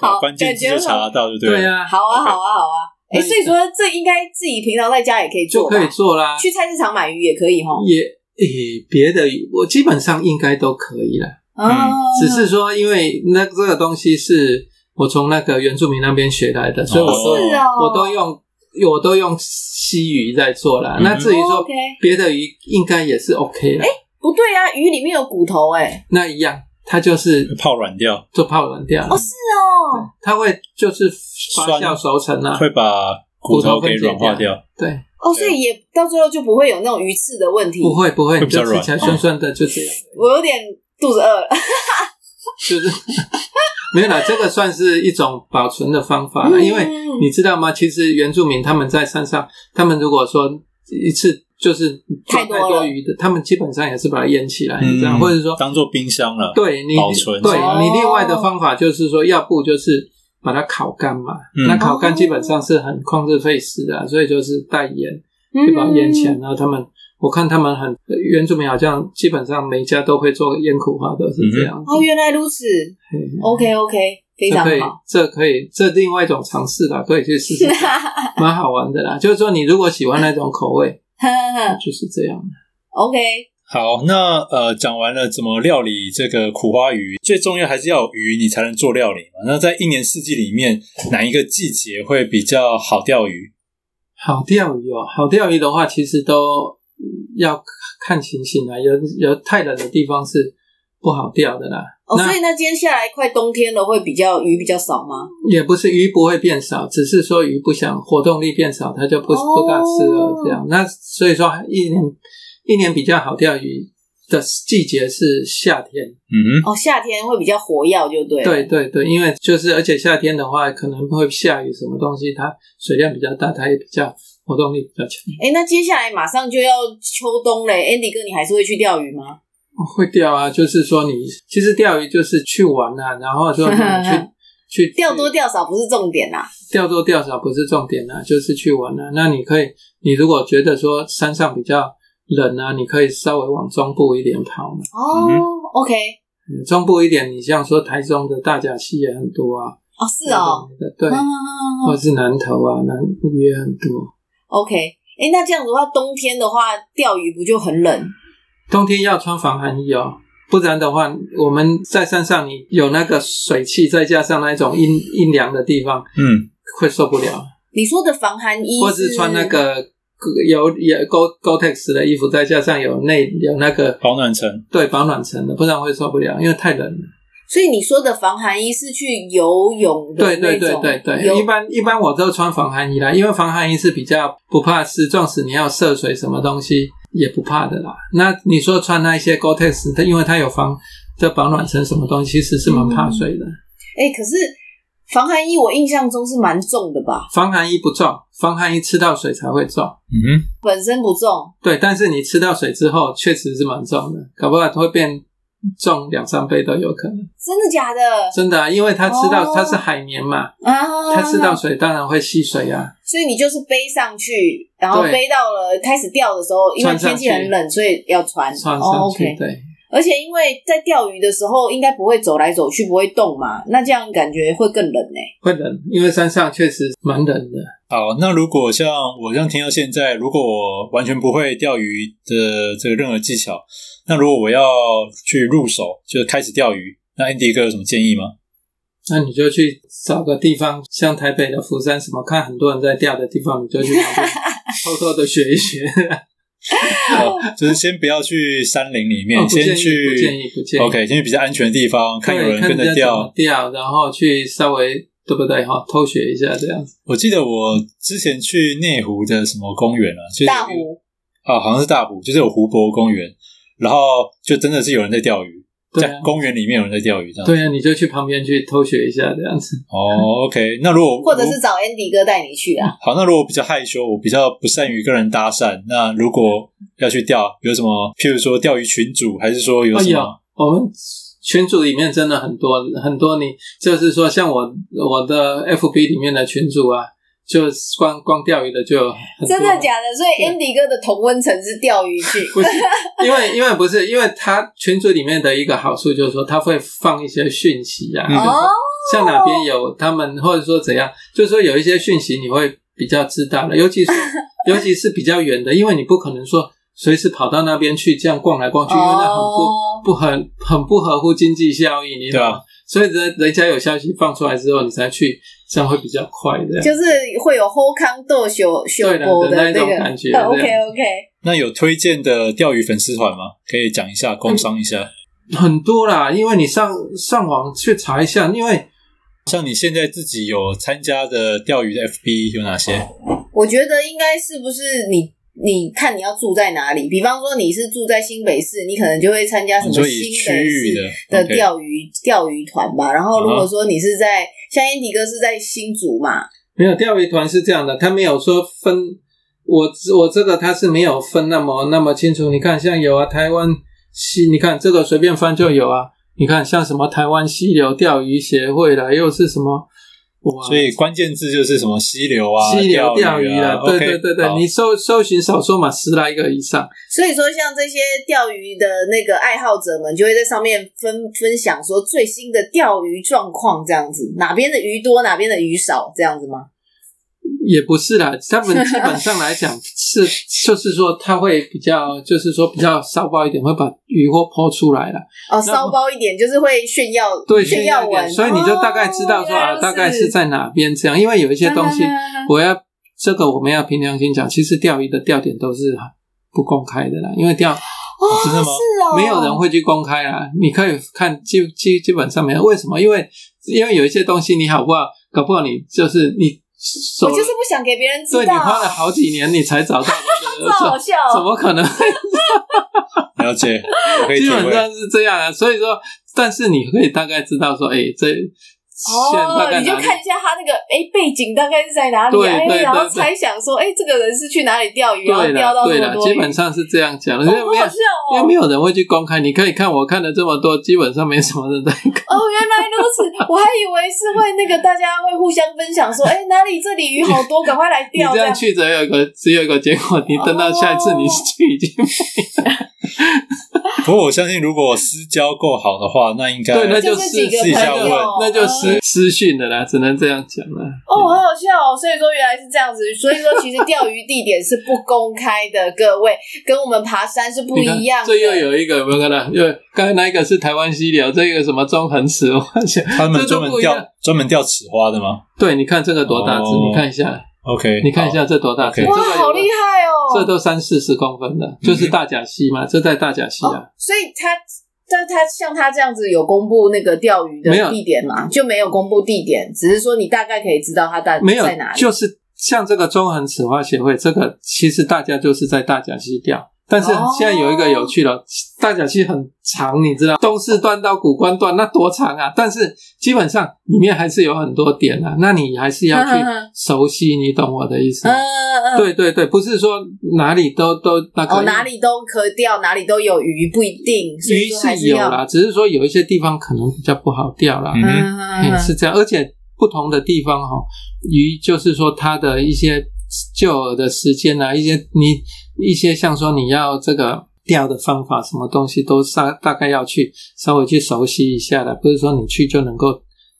Speaker 2: 把
Speaker 3: 好
Speaker 2: 关键字
Speaker 3: 感觉
Speaker 2: 就查得到，就对
Speaker 4: 对
Speaker 2: 了。
Speaker 4: 啊，
Speaker 3: 哦好啊，好
Speaker 2: OK
Speaker 3: 啊，好啊。哎、
Speaker 4: 那你
Speaker 3: 所以说这应该自己平常在家也可以
Speaker 4: 就
Speaker 3: 做吧，
Speaker 4: 可以做啦。
Speaker 3: 去菜市场买鱼也可以哈。
Speaker 4: 也诶，别的我基本上应该都可以啦。
Speaker 3: 啊，
Speaker 4: 只嗯是说，因为那这个东西是我从那个原住民那边学来的，所以我
Speaker 2: 哦
Speaker 4: 都、
Speaker 3: 是哦，
Speaker 4: 我都用我都用西鱼在做啦。
Speaker 2: 嗯
Speaker 4: 那至于
Speaker 3: 哦
Speaker 4: 说
Speaker 3: ，OK
Speaker 4: 别的鱼，应该也是 OK 啦。
Speaker 3: 不对啊，鱼里面有骨头哎、
Speaker 4: 那一样，它就是
Speaker 2: 泡软掉
Speaker 4: 做泡软掉了
Speaker 3: 哦，，是哦，
Speaker 4: 它会就是发
Speaker 2: 酸啊
Speaker 4: 酵熟成啦。
Speaker 2: 会把骨头给软化
Speaker 4: 啊骨头分解
Speaker 2: 掉，
Speaker 4: 对，
Speaker 3: 哦，所以也到最后就不会有那种鱼刺的问题。
Speaker 4: 不会不会，
Speaker 2: 会
Speaker 4: 你
Speaker 2: 比较
Speaker 4: 就吃起来
Speaker 2: 软
Speaker 4: 酸酸的，就这样，
Speaker 3: 我有点肚子饿了。
Speaker 4: 就是 没有啦。这个算是一种保存的方法啦，因为
Speaker 3: 嗯
Speaker 4: 你知道吗？其实原住民他们在山上，他们如果说一次就是抓
Speaker 3: 太多
Speaker 4: 太多
Speaker 3: 了
Speaker 4: 鱼的，他们基本上也是把它腌起来，
Speaker 2: 嗯
Speaker 4: 哎这样或者说
Speaker 2: 当做冰箱了。
Speaker 4: 对你
Speaker 2: 保存
Speaker 4: 对
Speaker 3: 哦
Speaker 4: 你另外的方法就是说，要不就是把它烤干嘛，
Speaker 2: 嗯
Speaker 4: 那烤干基本上是很控制费时的啊、所以就是带盐就
Speaker 3: 嗯
Speaker 4: 把它腌起来，然后啊他们。我看他们很呃原住民好像基本上每一家都会做腌苦花，都是这样。
Speaker 3: 哦，原来如此。
Speaker 4: 嘿
Speaker 3: OK OK，非哦
Speaker 4: 这
Speaker 3: 常
Speaker 4: 可以
Speaker 3: 好。，
Speaker 4: 这可以，这另外一种尝试啦，可以去试试看，蛮好玩的
Speaker 3: 嗯
Speaker 4: 啦。就是说，你如果喜欢那种口味，就是这样。
Speaker 3: OK，
Speaker 2: 好，那呃，讲完了怎么料理这个苦花鱼，最重要还是要有鱼，你才能做料理嘛。那在一年四季里面，哪一个季节会比较好钓鱼？
Speaker 4: 好钓鱼哦，好钓鱼的话，其实都嗯要看情形啊。有有太冷的地方是不好钓的啦。
Speaker 3: 哦，
Speaker 4: 那
Speaker 3: 所以那接下来快冬天了，会比较鱼比较少吗？
Speaker 4: 也不是鱼不会变少，只是说鱼不想活动力变少，它就不、
Speaker 3: 哦
Speaker 4: 不大适合这样。那所以说，一年一年比较好钓鱼的季节是夏天。
Speaker 2: 嗯
Speaker 3: 哦，夏天会比较活跃，就对。
Speaker 4: 对。对对，因为就是而且夏天的话，可能会下雨，什么东西它水量比较大，它也比较活动力比较强，
Speaker 3: 哎，那接下来马上就要秋冬嘞，Andy 哥，你还是会去钓鱼吗？
Speaker 4: 会钓啊。就是说你其实钓鱼就是去玩啊，然后说你去 去
Speaker 3: 钓多钓少不是重点呐、
Speaker 4: 钓多钓少不是重点啊，就是去玩啊。那你可以，你如果觉得说山上比较冷啊，你可以稍微往中部一点跑嘛。
Speaker 3: 哦、
Speaker 2: 嗯
Speaker 3: o k
Speaker 4: 嗯中部一点，你像说台中的大甲溪也很多啊，
Speaker 3: 哦，是哦，
Speaker 4: 对
Speaker 3: 嗯，嗯嗯
Speaker 4: 或
Speaker 3: 嗯
Speaker 4: 是南投啊，南屿也很多。
Speaker 3: ，OK，哎、那这样子的话，冬天的话，钓鱼不就很冷？
Speaker 4: 冬天要穿防寒衣哦。不然的话，我们在山上你有那个水汽，再加上那种阴阴凉的地方，
Speaker 2: 嗯，
Speaker 4: 会受不了。
Speaker 3: 你说的防寒衣，
Speaker 4: 或是穿那个有有 Go Gotex 的衣服，再加上有内有那个
Speaker 2: 保暖层嗯
Speaker 4: 对保暖层的，不然会受不了，因为太冷了。
Speaker 3: 所以你说的防寒衣是去游泳的
Speaker 4: 对
Speaker 3: 那
Speaker 4: 对对
Speaker 3: 种，
Speaker 4: 对对，一
Speaker 3: 游
Speaker 4: 般一般我都穿防寒衣啦，因为防寒衣是比较不怕湿，撞死你要涉水什么东西也不怕的啦。那你说穿那一些 Gore-Tex，它因为它有防这保暖层什么东西，其实是蛮怕水的。
Speaker 3: 哎、可是防寒衣我印象中是蛮重的吧？
Speaker 4: 防寒衣不重，防寒衣吃到水才会重。
Speaker 2: 嗯
Speaker 3: 本身不重，
Speaker 4: 对，但是你吃到水之后，确实是蛮重的，搞不好会变重两三倍都有可能。
Speaker 3: 真的假的？
Speaker 4: 真的啊、因为它吃到、
Speaker 3: 哦
Speaker 4: 它是海绵嘛，
Speaker 3: 啊，
Speaker 4: 它吃到水当然会吸水啊。
Speaker 3: 所以你就是背上去，然后
Speaker 4: 对
Speaker 3: 背到了开始掉的时候，因为
Speaker 4: 穿上
Speaker 3: 天
Speaker 4: 去
Speaker 3: 气很冷，所以要穿。
Speaker 4: 穿
Speaker 3: 哦
Speaker 4: 上去，
Speaker 3: ，OK。
Speaker 4: 对，
Speaker 3: 而且因为在钓鱼的时候，应该不会走来走去，不会动嘛，那这样感觉会更冷欸呢、
Speaker 4: 会冷，因为山上确实蛮冷的。
Speaker 2: 哼，好，那如果像我这样听到现在，如果我完全不会钓鱼的这个任何技巧，那如果我要去入手，就是开始钓鱼，那 Andy 哥有什么建议吗？
Speaker 4: 那你就去找个地方，像台北的福山什么，看很多人在钓的地方，你就去旁边偷偷的学一学。
Speaker 2: 哦，就是先不要去山林里面，
Speaker 4: 哦不建议
Speaker 2: 先去
Speaker 4: 不建议不建议
Speaker 2: OK，先去比较安全的地方， 看有
Speaker 4: 对
Speaker 2: 人
Speaker 4: 看
Speaker 2: 跟
Speaker 4: 人
Speaker 2: 着
Speaker 4: 家怎么
Speaker 2: 钓。
Speaker 4: 钓，然后去稍微对不对哈，偷学一下这样子。
Speaker 2: 我记得我之前去内湖的什么公园啊，就是
Speaker 3: 大湖
Speaker 2: 啊，好像是大湖，就是有湖泊公园，然后就真的是有人在钓鱼，
Speaker 4: 对 啊
Speaker 2: 在公园里面有人在钓鱼这样。
Speaker 4: 对啊，你就去旁边去偷学一下这样子。
Speaker 2: 哦，OK，那如果
Speaker 3: 或者是找 Andy 哥带你去啊。
Speaker 2: 好，那如果比较害羞，我比较不善于跟人搭讪，那如果要去钓，有什么，譬如说钓鱼群主，还是说有
Speaker 4: 哎
Speaker 2: 什
Speaker 4: 呦
Speaker 2: 么？，
Speaker 4: 我们群组里面真的很多很多你，就是说像我我的 FB 里面的群组啊，就光光钓鱼的就有很多啊
Speaker 3: 真的假的？所以 Andy 哥的同温层是钓鱼去，
Speaker 4: 不是， 因为因为不是，因为他群组里面的一个好处就是说，他会放一些讯息啊，
Speaker 2: 嗯
Speaker 4: 就是说
Speaker 3: 哦
Speaker 4: 像哪边有他们，或者说怎样，就是说有一些讯息你会比较知道的，尤其是尤其是比较远的，因为你不可能说随时跑到那边去这样逛来逛去，因为那很不
Speaker 3: 哦，
Speaker 4: 不很很不合乎经济效益，你懂
Speaker 2: 对
Speaker 4: 吗
Speaker 2: 啊？
Speaker 4: 所以人人家有消息放出来之后，你才去，这样会比较快的。
Speaker 3: 就是会有 h o 康豆秀秀
Speaker 4: 对的
Speaker 3: 波的
Speaker 4: 那
Speaker 3: 那
Speaker 4: 一种
Speaker 3: 个哦
Speaker 4: 感觉
Speaker 3: OK
Speaker 4: 对
Speaker 3: OK，
Speaker 2: 那有推荐的钓鱼粉丝团吗？可以讲一下，
Speaker 4: 嗯
Speaker 2: 工商一下。
Speaker 4: 很多啦，因为你上上网去查一下，因为
Speaker 2: 像你现在自己有参加的钓鱼的 FB 有哪些？
Speaker 3: 我觉得应该是不是你你看你要住在哪里？比方说你是住在新北市，你可能就会参加什
Speaker 2: 你
Speaker 3: 么
Speaker 2: 说
Speaker 3: 新
Speaker 2: 以
Speaker 3: 北
Speaker 2: 区域
Speaker 3: 市
Speaker 2: 的
Speaker 3: 的
Speaker 2: OK
Speaker 3: 钓鱼钓鱼团吧。然后如
Speaker 2: 嗯
Speaker 3: 果
Speaker 2: 哼
Speaker 3: 说你是在像 Andy 哥是在新竹嘛，
Speaker 4: 没有钓鱼团是这样的，他没有说分我我这个他是没有分那么那么清楚。你看，像有啊，台湾溪，你看这个随便翻就有啊。你看像什么台湾溪流钓鱼协会啦，又是什么哇，
Speaker 2: 所以关键字就是什么溪流啊、
Speaker 4: 溪流
Speaker 2: 钓
Speaker 4: 钓鱼
Speaker 2: 啊
Speaker 4: 啦，。对对对
Speaker 2: OK，好
Speaker 4: 对，你搜搜寻少说嘛十来个以上，
Speaker 3: 所以说像这些钓鱼的那个爱好者们，就会在上面分分享说最新的钓鱼状况这样子，哪边的鱼多，哪边的鱼少这样子吗？
Speaker 4: 也不是啦，他们基本上来讲是就是说他会比较就是说比较骚包一点，会把鱼货抛出来啦。
Speaker 3: 哦，骚包一点就是会炫耀，
Speaker 4: 对，
Speaker 3: 炫
Speaker 4: 耀一
Speaker 3: 文，
Speaker 4: 点，所以你就大概知道说、
Speaker 3: 哦
Speaker 4: 啊，大概是。在哪边这样，因为有一些东西，我要这个我们要凭良心讲，其实钓鱼的钓点都是不公开的啦，因为钓
Speaker 3: 哦
Speaker 2: 真的吗？
Speaker 3: 是哦，
Speaker 4: 没有人会去公开啦，你可以看基基基本上没有，为什么？因为因为有一些东西你好不好，搞不好你就是你手，
Speaker 3: 我就是不想给别人知道。
Speaker 4: 对你花了好几年你才找 到的，
Speaker 3: 这好
Speaker 4: 怎
Speaker 3: 笑
Speaker 4: 怎
Speaker 3: 哦，
Speaker 4: 么可能？
Speaker 2: 了解，我可以体
Speaker 4: 基本
Speaker 2: 会。
Speaker 4: 上是这样啊，所以说，但是你可以大概知道说，哎、这现在大
Speaker 3: 哦，
Speaker 4: 概
Speaker 3: 你
Speaker 4: 哪
Speaker 3: 就
Speaker 4: 里
Speaker 3: 看一下他那个哎背景大概是在哪里
Speaker 4: 对
Speaker 3: 啊，哎
Speaker 4: 对对
Speaker 3: 然后
Speaker 4: 对
Speaker 3: 猜想说哎这个人是去哪里钓鱼，然后
Speaker 4: 对
Speaker 3: 钓
Speaker 4: 啦，
Speaker 3: 到
Speaker 4: 对
Speaker 3: 这
Speaker 4: 啦
Speaker 3: 么，多鱼，
Speaker 4: 基本上是这样讲的，因为
Speaker 3: 哦
Speaker 4: 没
Speaker 3: 好
Speaker 4: 有，
Speaker 3: 笑
Speaker 4: 因
Speaker 3: 哦
Speaker 4: 为。没有人会去公开。你可以看，我看了这么多，基本上没什么人 在看。
Speaker 3: 哦，原来如此，我还以为是会那个大家会互相分享说，哎、哪里这里鱼好多，赶快来
Speaker 4: 你
Speaker 3: 钓
Speaker 4: 这
Speaker 3: 这
Speaker 4: 样
Speaker 3: 样。
Speaker 4: 去只有一个只有一个结果，你等到下一次你去已经
Speaker 2: 不过我相信，如果私交够好的话，那应该
Speaker 4: 对， 那
Speaker 3: 就
Speaker 4: 就是私
Speaker 3: 几个
Speaker 2: 私下
Speaker 3: 朋
Speaker 2: 问
Speaker 3: 友，
Speaker 4: 那就私私讯的啦，只能这样讲啦。嗯
Speaker 3: 哦，很好笑哦！所以说原来是这样子，所以说其实钓鱼地点是不公开的，各位跟我们爬山是不
Speaker 4: 你看
Speaker 3: 一样的。
Speaker 4: 这又有一个有没有看到？因为刚才那一个是台湾溪流，这个什么中横池，我想
Speaker 2: 他们
Speaker 4: 这都
Speaker 2: 专门
Speaker 4: 不一样
Speaker 2: 钓专门钓紫花的吗
Speaker 4: 对，你看这个多大只？
Speaker 2: 哦
Speaker 4: 你看一下，
Speaker 2: ？OK，
Speaker 4: 你看一
Speaker 2: 好，
Speaker 4: 下这多大只？
Speaker 2: OK
Speaker 4: 这
Speaker 3: 哇，
Speaker 4: 个有
Speaker 3: 好厉害哦！
Speaker 4: 这都三四十公分的，就是大甲溪嘛，这在大甲溪啊。
Speaker 3: 哦所以他，但他像他这样子有公布那个钓鱼的
Speaker 4: 没有
Speaker 3: 地点嘛，就没有公布地点，只是说你大概可以知道他大
Speaker 4: 没有
Speaker 3: 在哪，里。
Speaker 4: 就是像这个中横紫花协会，这个其实大家就是在大甲溪钓。但是
Speaker 3: 哦
Speaker 4: 现在有一个有趣的，大甲溪很长，你知道，东势段到古关段那多长啊？但是基本上里面还是有很多点啊，那你还是要去
Speaker 3: 嗯嗯嗯
Speaker 4: 熟悉，你懂我的意思
Speaker 3: 嗯
Speaker 4: 吗？
Speaker 3: 嗯嗯，
Speaker 4: 对对对，不是说哪里都都那个
Speaker 3: 哦，哪里都可钓，哪里都有鱼，不一定，所以
Speaker 4: 鱼
Speaker 3: 说还
Speaker 4: 是
Speaker 3: 是
Speaker 4: 有
Speaker 3: 要。
Speaker 4: 啦，只是说有一些地方可能比较不好钓啦。
Speaker 2: 嗯
Speaker 3: 嗯
Speaker 2: 哼，
Speaker 3: 嗯嗯
Speaker 4: 嗯，
Speaker 3: 嗯
Speaker 4: 是这样，而且不同的地方哈、哦，鱼就是说它的一些救饵的时间啊，一些你一些像说你要这个钓的方法，什么东西都大大概要去稍微去熟悉一下的，不是说你去就能够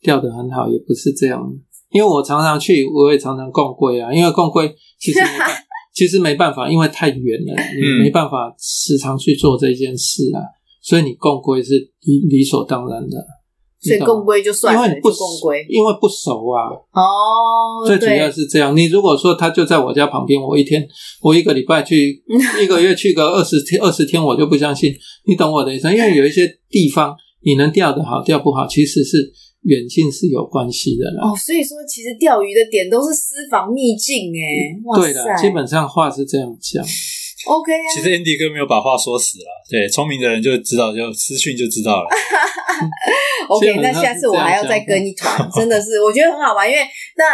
Speaker 4: 钓得很好，也不是这样的。因为我常常去，我也常常逛龟啊，因为逛龟其实没办其实没办法，因为太远了，
Speaker 2: 嗯
Speaker 4: 你没办法时常去做这件事啊，所以你逛龟是理理所当然的。
Speaker 3: 所以
Speaker 4: 你懂吗
Speaker 3: 共归就算
Speaker 4: 因
Speaker 3: 了，
Speaker 4: 为
Speaker 3: 就
Speaker 4: 你不
Speaker 3: 共归
Speaker 4: 因为不熟啊，
Speaker 3: 哦。
Speaker 4: 最主要
Speaker 3: 对，
Speaker 4: 是这样。你如果说他就在我家旁边，我一天我一个礼拜 去，一个月去个二十天，二十天我就不相信。你懂我的意思？因为有一些地方你能钓得好，钓不好其实是远近是有关系的啦。
Speaker 3: 哦，所以说其实钓鱼的点都是私房秘境哎，哇
Speaker 4: 嗯对
Speaker 3: 塞
Speaker 4: 的，基本上话是这样讲。
Speaker 3: OK 啊。
Speaker 2: 其实 Andy 哥没有把话说死了，对，聪明的人就知道，就私讯就知道了。
Speaker 4: 基
Speaker 3: OK，
Speaker 4: 本
Speaker 3: 那
Speaker 4: 上
Speaker 3: 下
Speaker 4: 是
Speaker 3: 次我
Speaker 4: 这样
Speaker 3: 还要再
Speaker 4: 想
Speaker 3: 跟一 团，真的是我觉得很好玩，因为那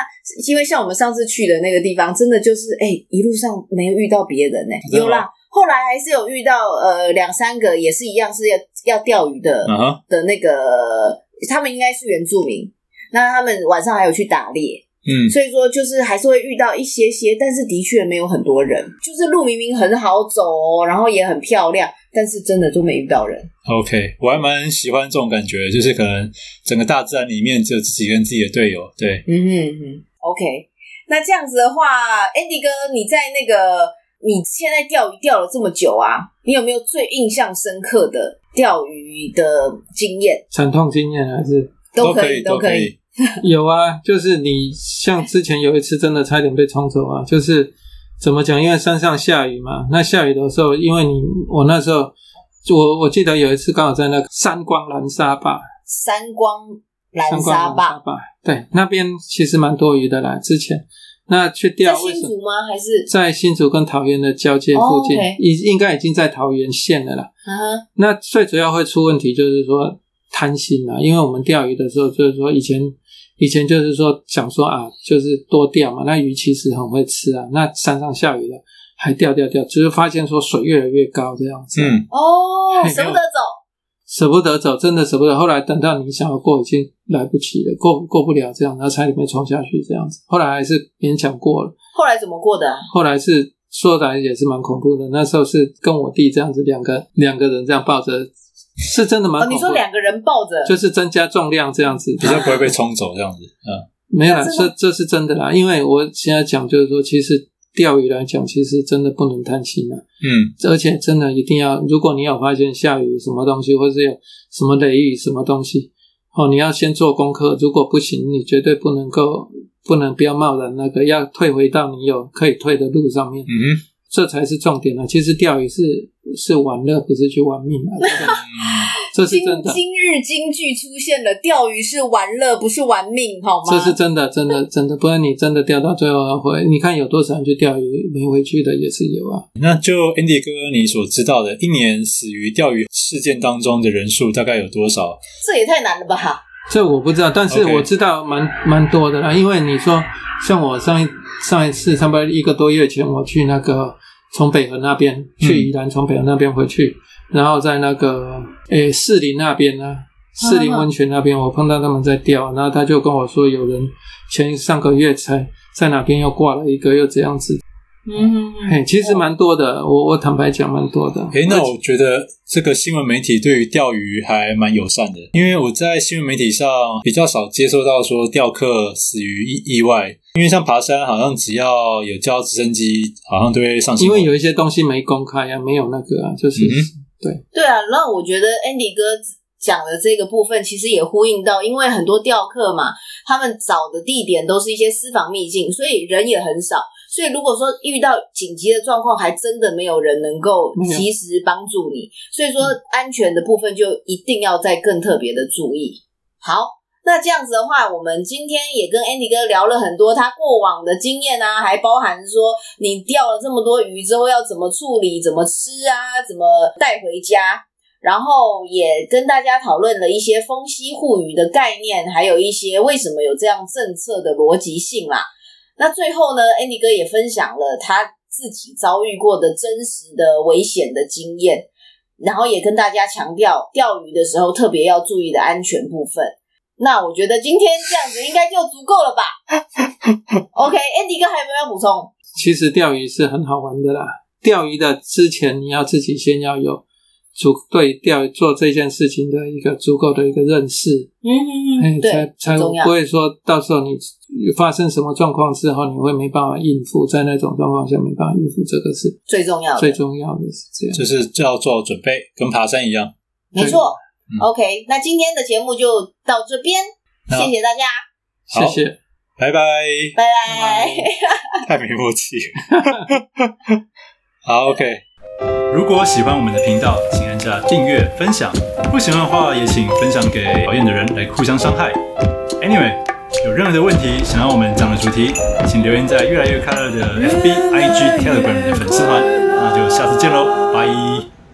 Speaker 3: 因为像我们上次去的那个地方，真的就是哎、一路上没有遇到别人呢、
Speaker 2: 真
Speaker 3: 有
Speaker 2: 的吗
Speaker 3: 啦，后来还是有遇到呃两三个也是一样是要要钓鱼的、
Speaker 2: 嗯哼，
Speaker 3: 的那个，他们应该是原住民，那他们晚上还有去打猎，
Speaker 2: 嗯，
Speaker 3: 所以说就是还是会遇到一些些，但是的确没有很多人，就是路明明很好走哦，然后也很漂亮，但是真的都没遇到人。
Speaker 2: OK，我还蛮喜欢这种感觉，就是可能整个大自然里面只有自己跟自己的队友。对，
Speaker 3: 嗯哼哼，OK。那这样子的话，Andy 哥，你在那个你现在钓鱼钓了这么久啊，你有没有最印象深刻的钓鱼的经验？
Speaker 4: 惨痛经验还是
Speaker 3: 都可
Speaker 2: 以，
Speaker 3: 都
Speaker 2: 都
Speaker 3: 可以。
Speaker 2: 以。
Speaker 4: 有啊，就是你像之前有一次真的差点被冲走啊，就是怎么讲？因为山上下雨嘛，那下雨的时候，因为你我那时候我我记得有一次刚好在那个三光蓝沙坝，
Speaker 3: 三光蓝
Speaker 4: 三光
Speaker 3: 沙
Speaker 4: 蓝
Speaker 3: 坝
Speaker 4: 沙坝，对，那边其实蛮多余的啦。之前那去
Speaker 3: 在
Speaker 4: 钓为
Speaker 3: 新
Speaker 4: 什么？
Speaker 3: 竹吗？还 是
Speaker 4: 在新竹跟桃园的交界附近
Speaker 3: 哦，OK，
Speaker 4: 已、应该已经在桃园县了啦。
Speaker 3: 啊？
Speaker 4: 那最主要会出问题就是说贪心啊，因为我们钓鱼的时候就是说以前以前就是说想说啊，就是多钓嘛，那鱼其实很会吃啊，那山上下雨了还钓钓钓，只是发现说水越来越高这样子，
Speaker 2: 嗯，
Speaker 3: 哦，
Speaker 4: 嘿
Speaker 3: 舍不
Speaker 4: 没
Speaker 3: 得
Speaker 4: 有
Speaker 3: 走，
Speaker 4: 舍不得走，真的舍不得。后来等到你想要过，已经来不及了，过过不了这样，然后差点被冲下去这样子。后来还是勉强过了。
Speaker 3: 后来怎么过的啊？
Speaker 4: 后来是说来也是蛮恐怖的，那时候是跟我弟这样子两个两个人这样抱着，是真的蛮
Speaker 3: 哦，
Speaker 4: 恐
Speaker 3: 你
Speaker 4: 怖的。
Speaker 3: 说两个人抱着，
Speaker 4: 就是增加重量这样子，
Speaker 2: 比较不会被冲走这样子。嗯，
Speaker 4: 没有啦，
Speaker 3: 是吗
Speaker 4: 这这是真的啦。因为我现在讲就是说，其实钓鱼来讲，其实真的不能贪心啦，
Speaker 2: 嗯，
Speaker 4: 而且真的一定要，如果你有发现下雨什么东西，或是有什么雷雨什么东西，哦，你要先做功课。如果不行，你绝对不能够，不能不要贸然那个，要退回到你有可以退的路上面，
Speaker 2: 嗯
Speaker 4: 这才是重点啊。其实钓鱼是是玩乐，不是去玩命 啊，真的
Speaker 2: 哼，
Speaker 4: 这是
Speaker 3: 今
Speaker 4: 真的。啊
Speaker 3: 今日京剧出现了，钓鱼是玩乐，不是玩命，好吗？
Speaker 4: 这是真的，真的，真的，不然你真的钓到最后要回，你看有多少人去钓鱼没回去的也是有啊。
Speaker 2: 那就 Andy 哥，你所知道的，一年死于钓鱼事件当中的人数大概有多少？啊
Speaker 3: 这也太难了吧？
Speaker 4: 这我不知道，但是
Speaker 2: OK
Speaker 4: 我知道蛮蛮多的啦。因为你说像我上一上一次差不多一个多月前，我去那个从北河那边去宜兰，从北河那边回去，
Speaker 3: 嗯
Speaker 4: 然后在那个诶士林那边呢、士林温泉那边，我碰到他们在钓，然后他就跟我说有人前上个月才在哪边又挂了一个又这样子，
Speaker 3: 嗯，
Speaker 4: 嘿，其实蛮多的，我我坦白讲蛮多的。
Speaker 2: 诶，那我觉得这个新闻媒体对于钓鱼还蛮友善的，因为我在新闻媒体上比较少接受到说钓客死于意意外，因为像爬山，好像只要有叫直升机，好像都会上新
Speaker 4: 因
Speaker 2: 闻。
Speaker 4: 为有一些东西没公开啊，没有那个啊，就是、
Speaker 2: 嗯
Speaker 3: 对啊，那我觉得 Andy 哥讲的这个部分，其实也呼应到，因为很多钓客嘛，他们找的地点都是一些私房秘境，所以人也很少。所以如果说遇到紧急的状况，还真的没有人能够
Speaker 4: 没有
Speaker 3: 及时帮助你。所以说，安全的部分就一定要再更特别的注意。好，那这样子的话，我们今天也跟 Andy 哥聊了很多他过往的经验啊，还包含说你钓了这么多鱼之后要怎么处理、怎么吃啊、怎么带回家，然后也跟大家讨论了一些风息护鱼的概念，还有一些为什么有这样政策的逻辑性啦。那最后呢，Andy 哥也分享了他自己遭遇过的真实的危险的经验，然后也跟大家强调钓鱼的时候特别要注意的安全部分。那我觉得今天这样子应该就足够 了吧？OK，Andy、哥还有没有要补充？
Speaker 4: 其实钓鱼是很好玩的啦。钓鱼的之前，你要自己先要有足对钓做这件事情的一个足够的一个认识，哎
Speaker 3: 嗯，对
Speaker 4: 才，才
Speaker 3: 很重要
Speaker 4: 不。会说到时候你发生什么状况之后，你会没办法应付，在那种状况下没办法应付，这个是
Speaker 3: 最重要的，
Speaker 4: 最重要的，是这样。
Speaker 2: 就是就要做好准备，跟爬山一样。
Speaker 3: 没错。
Speaker 2: 嗯
Speaker 3: OK，那今天的节目就到这边，
Speaker 2: 好
Speaker 3: 谢谢大家，
Speaker 4: 谢谢。
Speaker 2: 拜拜，
Speaker 3: 拜
Speaker 4: 拜
Speaker 3: 拜
Speaker 4: 拜。
Speaker 2: 太没默契。好，OK。
Speaker 5: 如果喜欢我们的频道，请按下订阅、分享。不喜欢的话，也请分享给讨厌的人来互相伤害。Anyway，有任何的问题想要我们讲的主题，请留言在越来越快乐的 FB、IG、Telegram 的粉丝团。那就下次见喽，拜。